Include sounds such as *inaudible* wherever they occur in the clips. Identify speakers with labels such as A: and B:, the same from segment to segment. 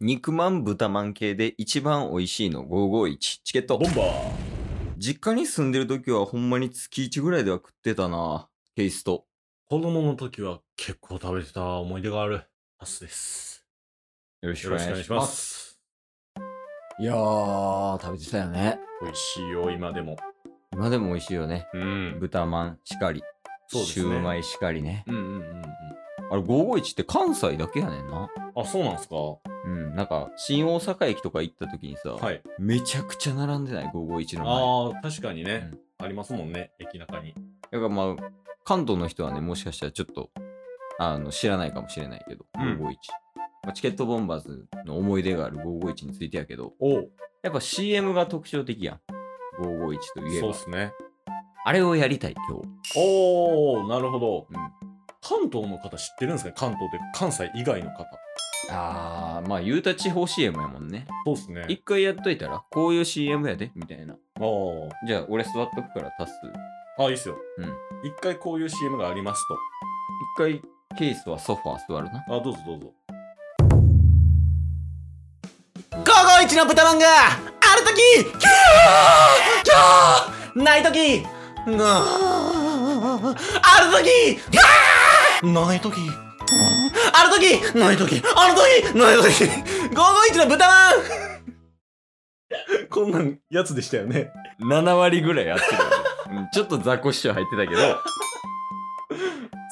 A: 肉まん豚まん系で一番美味しいの551チケット
B: ボンバー
A: 実家に住んでる時はほんまに月1ぐらいでは食ってたなケイスト
B: 子供の時は結構食べてた思い出があるハスです。
A: よろし
B: よ
A: くお
B: ろしくお
A: 願
B: 願
A: い
B: い
A: し
B: し
A: ま
B: ますす。
A: いやー食べてたよね
B: 美味しいよ、今でも。
A: 今でも美味しいよね
B: うん。
A: 豚まんしかり、
B: そうですね
A: シューマイしかりね
B: うんうんうんうん。
A: あれ551って関西だけやねんな
B: あ、そうなんすかは
A: うんなんか新大阪駅とか行った時にさ、
B: い。
A: めちゃくちゃ並んでない551の前
B: ああ、確かにね、ありますもんね、駅中に。
A: だからまあ、関東の人はね、もしかしたらちょっと、あの、知らないかもしれないけど、
B: うん
A: 551。まあチケットボンバーズの思い出がある551についてやけど、
B: おう
A: やっぱ CM が特徴的やん。551といえ
B: そうっ
A: ば。
B: すね。
A: あれをやりたい、今日。
B: おー、なるほど。
A: うん
B: 関東の方知ってるんですね関東で関西以外の方。
A: あー、まあ言うた地方 CM やもんね。
B: そうっすね。
A: 一回やっといたら、こういう CM やで、みたいな。
B: あー
A: じゃあ、俺座っとくから足す。
B: あ、いいっすよ。
A: うん
B: 一回こういう CM がありますと。
A: 一回、ケースはソファー座るな。
B: あ、どうぞどうぞ。
C: 551の豚まんがあるときキャーキャーないときあるときキャーないときあるときないときあるときないとき551の豚まん
B: *laughs* こんなんやつでしたよね。
A: 7割ぐらい合ってる、うん、ちょっと雑魚師匠入ってたけど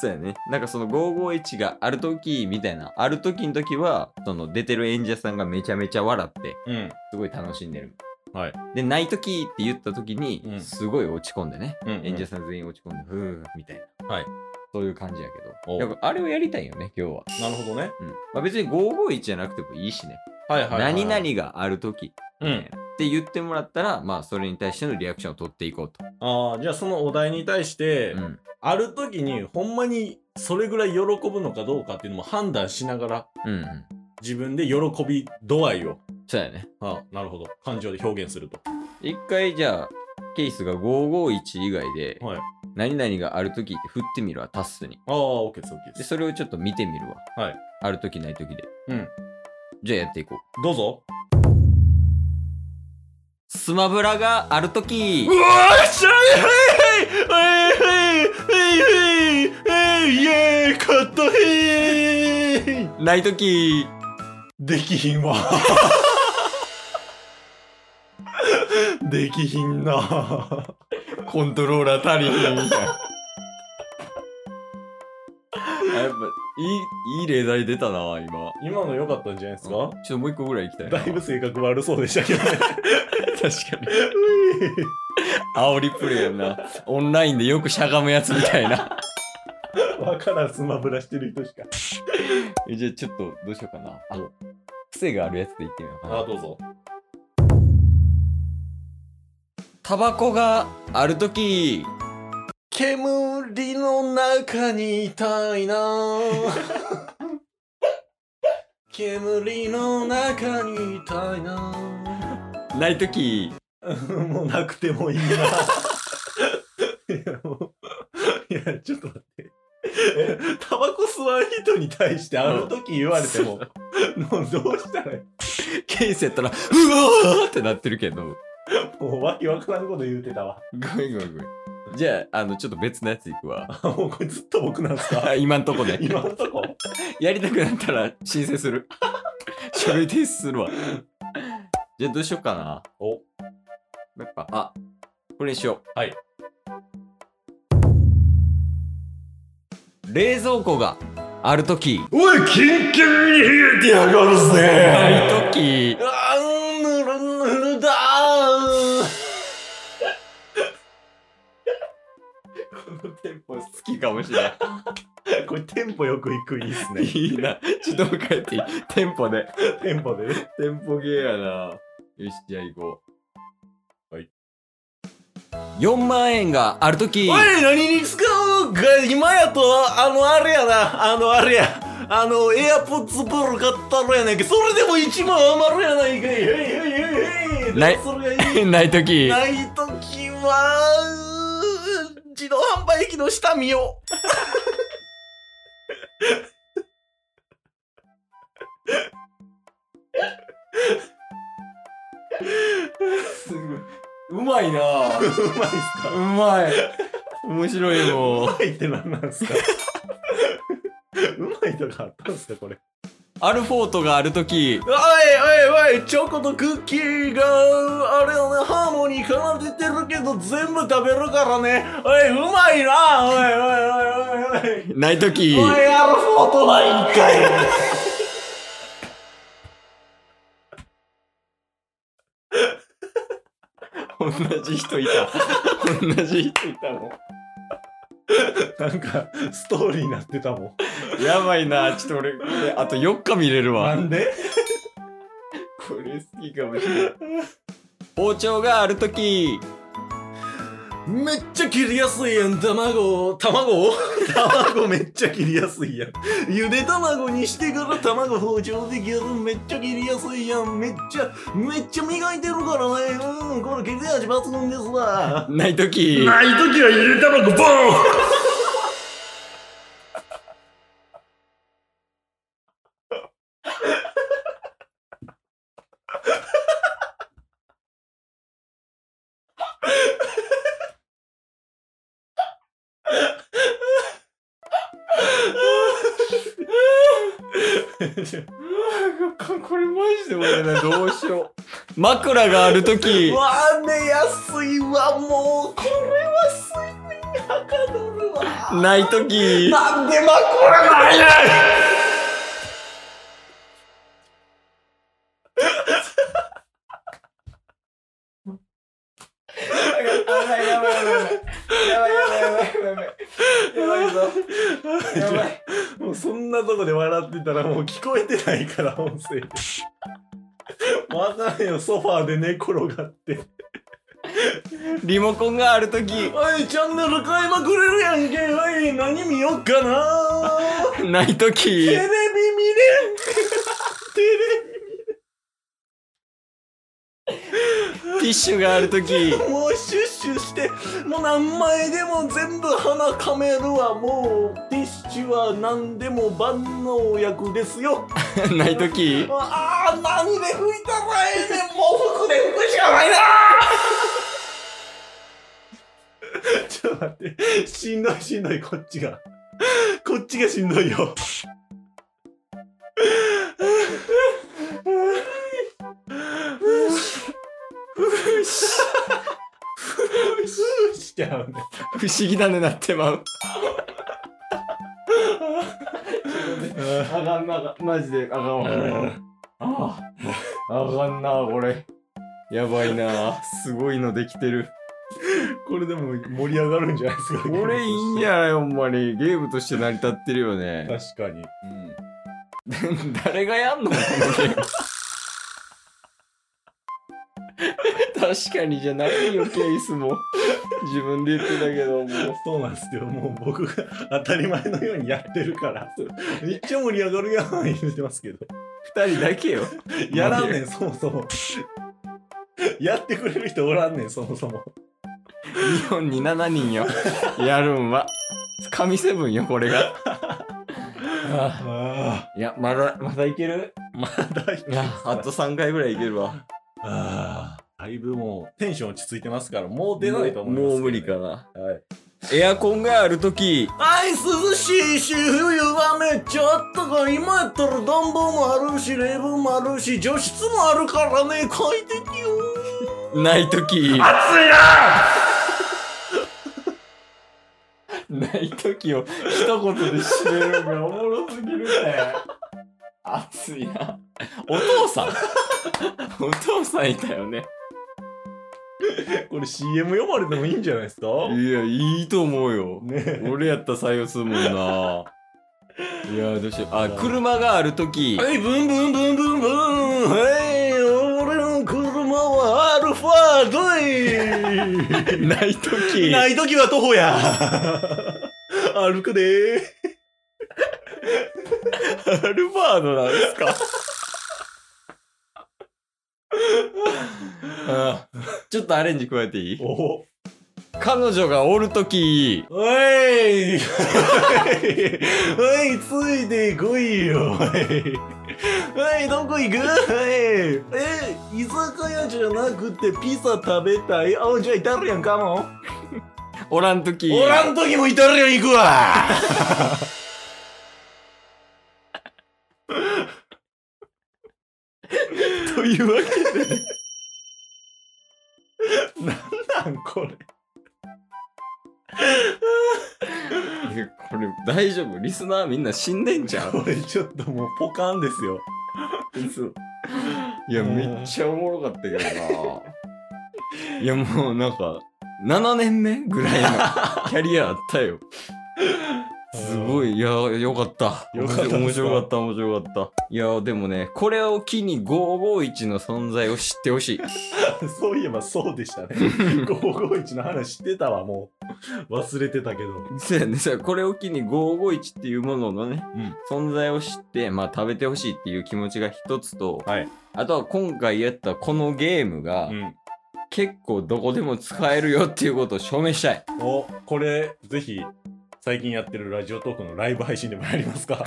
A: そうやねなんかその551がある時みたいなある時の時はその出てる演者さんがめちゃめちゃ笑って
B: うん。
A: すごい楽しんでる
B: はい
A: でない時って言った時に、
B: うん
A: すごい落ち込んでね、
B: うんうん
A: 演者さん全員落ち込んでふーみたいな
B: はい
A: そういう感じやけど
B: お
A: やっぱあれをやりたいよね今日は、
B: なるほどね。
A: うんまあ、別に551じゃなくてもいいしね、
B: はいはい、はい。
A: 何々がある時みたいな、
B: うん
A: って言ってもらったらまあそれに対してのリアクションを取っていこうと
B: ああ、じゃあそのお題に対して、
A: うん、
B: ある時にほんまにそれぐらい喜ぶのかどうかっていうのも判断しながら
A: うんうん、
B: 自分で喜び度合いを、
A: そうやね
B: あなるほど、感情で表現すると。
A: 一回じゃあケースが551以外で、
B: はい。あ
A: 何々がある時って振ってみるわタッスに
B: あ、オッケーです、オッケー
A: で
B: です。
A: それをちょっと見てみるわ
B: はい
A: ある時ない時で
B: うん
A: じゃあやっていこ
B: どうぞ。
A: うスマブラがある時
B: うわーしゃいへいへいへいへいへいへいイエーイ勝ったへい
A: ない時
B: できひんわ。 *laughs* できひんな。
A: コントローラー足りひんみたいなやっぱいいいい例題出たな今
B: 今の良かったんじゃないです
A: ちょ
B: か
A: っともう一個ぐらい行きたいな
B: だいぶ性格悪そうでしたけどね。
A: 確かに煽りプレイやんなオンラインでよくしゃがむやつみたい *laughs* な
B: わからんスマブラしてる人しか。
A: えじゃあちょっとどうしようかなあ癖があるやつでいってみようかな
B: あ、どうぞ。
A: タバコがあるとき、
B: 煙の中にいたいな *laughs* 煙の中にいたいな
A: ないとき、
B: *laughs* もうなくてもいいないやもうい *laughs* やちょっと待ってえ *laughs* タバコ吸わん人に対してあの時言われても *laughs* もうどうしたらいい
A: ケースやったら、うわーってなってるけど、
B: もうわけわからんこと言うてたわ *laughs*
A: ごめんごめんごめん。じゃあ、あの、ちょっと別のやついく *laughs* わ。
B: あもうこれずっと僕なんすか
A: あ今んとこね。
B: *laughs* 今のとこ
A: やりたくなったら申請する。書類提出するわ。じゃあどうしようかな。
B: お
A: なんか、あ、これにしよう。
B: はい。
A: 冷蔵庫があるとき、
B: おいキンキンに冷えてやがる
A: な
B: ぜ
A: いとき、
B: あーぬるぬるだこのテンポ
A: 好きかもしれない。
B: これテンポよくいくいいっすね
A: いいな。ちょっと迎えていいテンポで。
B: テンポでね
A: テンポゲーやな。よし、じゃあ行こう。
B: はい。
A: 4万円があるとき、
B: おい何に使うか今やとあのあれやなあのあれやあのエアポッツプロ買ったろやないかそれでも一万余るやないかいへいへいへいへい
A: ない
B: それがいい
A: ないとき、
B: ないときは、自動販売機の下見よ
D: すごい。うまいな
B: うまい
D: ぁ
B: っす
D: う
B: か
D: まい。
A: 面白いも。
B: うんまいってなんなんすかうまいとかあったんすかこれ。
A: アルフォートがあるとき、
B: おいおいおいチョコとクッキーがあれだねハーモニー奏でてるけど全部食べるからねおいうまいなおいおいおいおいおい
A: ないとき、
B: おいアルフォートないんかい
A: 同じ人いた。 *laughs* 同じ人い
B: なんかストーリーになってたもん
A: た。やばいな。ちょっと俺、これあと4日見れる
B: な
A: わ。
B: んで
A: これ好きかもしれない。包丁があるとき、
B: めっちゃ切りやすいやん卵卵卵めっちゃ切りやすいやんゆで卵にしてから卵包丁で切るめっちゃ切りやすいやんめっちゃめっちゃ磨いてるからねうんこれ切れ味抜群ですわ
A: ないとき、
B: い時はゆで卵ボーン
A: これマジで俺な、どうしよう。枕があるとき、
B: わあ寝やすいわもうこれは睡眠はかどるわ
A: ないとき、
B: なんで枕ないね
D: やばいやばいやばいやばいやばいやばいやばいやばいやばいぞやばい
B: んもうそんなとこで笑ってたらもう聞こえてないから音声でもうあかんよソファーで寝転がって
A: リモコンがあるとき、
B: おいチャンネル変えまくれるやんけおい何見よっかな
A: ないとき
B: テレビ見れんテ
A: ティッシュがあるとき
B: レビもうシュッシュしてもう何枚でも全部鼻かめるわもうティッシュは何でも万能薬ですよ
A: ないとき
B: ああ何で拭いたらええねんもう服で拭くしかないなちょっと待ってしんどいしんどいこっちがこっちがしんどいよふーしちゃうね
A: 不思議だねなってまう
D: あかんなあかんマジであかんわあああかんなこれ
A: やばいなすごいのできてる
B: これでも盛り上がるんじゃないですか
A: これいいんじゃないほんまにゲームとして成り立ってるよね、
B: 確かに
A: うん、誰がやんのこのゲーム確かにじゃないよケースも自分で言ってたけども
B: そうなんですよもう僕が当たり前のようにやってるからめっちゃ盛り上がるやん言ってますけど
A: 2人だけよ
B: やらんねんそもそもやってくれる人おらんねんそもそも
A: 日本に7人よやるんは神セブンよこれがあ
B: あ
A: あいやまだまだいける
B: あだい
A: いやあと3回ぐらいいけるわ
B: あーだいぶもうテンション落ち着いてますからもう出ないと思います
A: もうもう無理かな
B: はい
A: エアコンがあるとき
B: あい涼しいし冬はめっちゃあったかい今やったら暖房もあるし冷房もあるし除湿もあるからね快適よ
A: ないとき
B: 暑いな
A: ないときを一言で締めるのがおもろすぎるね熱いなお父さんお父さんいたよね
B: これ CM 呼ばれてもいいんじゃないですか
A: いやいいと思うよ
B: ね
A: 俺やったら採用するもんないやどうしようあ車があるとき
B: はい、ブンブンブンブンブン。はい、俺の車はアルファード
A: ないと
B: イ。
A: き
B: ないときは徒歩 *laughs* や。歩くで *laughs* ー。
A: アルファードなんですかああちょっとアレンジ加えていい
B: お
A: 彼女がおるとき
B: おい。おい、 *laughs* ついてこいよ。おい、おはい、どこ行くはい。え、居酒屋じゃなくてピザ食べたいあ、じゃあイタリアンかも。
A: おらんとき。
B: おらん時もイタリアン行くわ
A: *laughs* というわけ
B: なんなんこれ。
A: で。これ大丈夫リスナーみんな死んでんじゃん。
B: これちょっともうポカンですよ。 *laughs*
A: いや、めっちゃおもろかったけどな。いや、もうなんか、7年目ぐ
B: *laughs*
A: らいのキャリアあったよ。すごい、いや、よかった。
B: よかったですか
A: 面白かった、面白かった。いや、でもね、これを機に551の存在を知ってほしい。 *laughs*
B: *laughs* そういえばそうでしたね。551の話してたわ、もう。忘れてたけど。
A: そうやね、そうこれを機に551っていうもののね、存在を知って、まあ食べてほしいっていう気持ちが一つと、
B: はい
A: あとは今回やったこのゲームが、
B: ん。
A: 結構どこでも使えるよっていうことを証明
B: *laughs*
A: したい。
B: お、これ、ぜひ、最近やってるラジオトークのライブ配信でもやりますか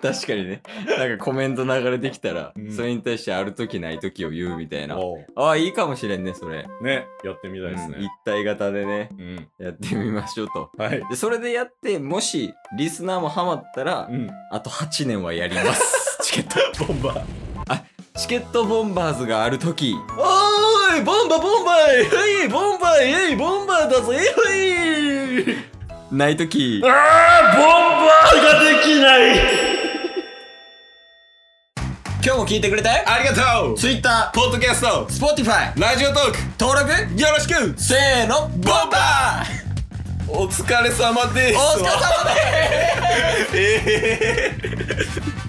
A: 確かにね。なんかコメント流れてきたら、
B: うん
A: それに対してある時ない時を言うみたいな。
B: お
A: ああ、いいかもしれんね、それ。
B: ね、やってみたいです
A: うん一
B: ね。
A: 体型でね、
B: うん。
A: やってみましょうと。
B: はい。
A: で、それでやって、もし、リスナーもハマったら、
B: うん。
A: あと8年はやり
B: *laughs*
A: ます。チケット。
B: ボンバー。
A: チケットボンバーズがある時。
B: おーいボンバボンバイはいボンバイえいボンバーだぜはい
A: ない
B: *laughs*
A: 時。
B: あーボンバーができない
A: 今日も聞いてくれてありがとう Twitter、ポッドキャスト、Spotify、ラジオトーク、登録よろしくせーの、ボンバー
B: お疲れ様です
A: お疲れ様です
B: ええ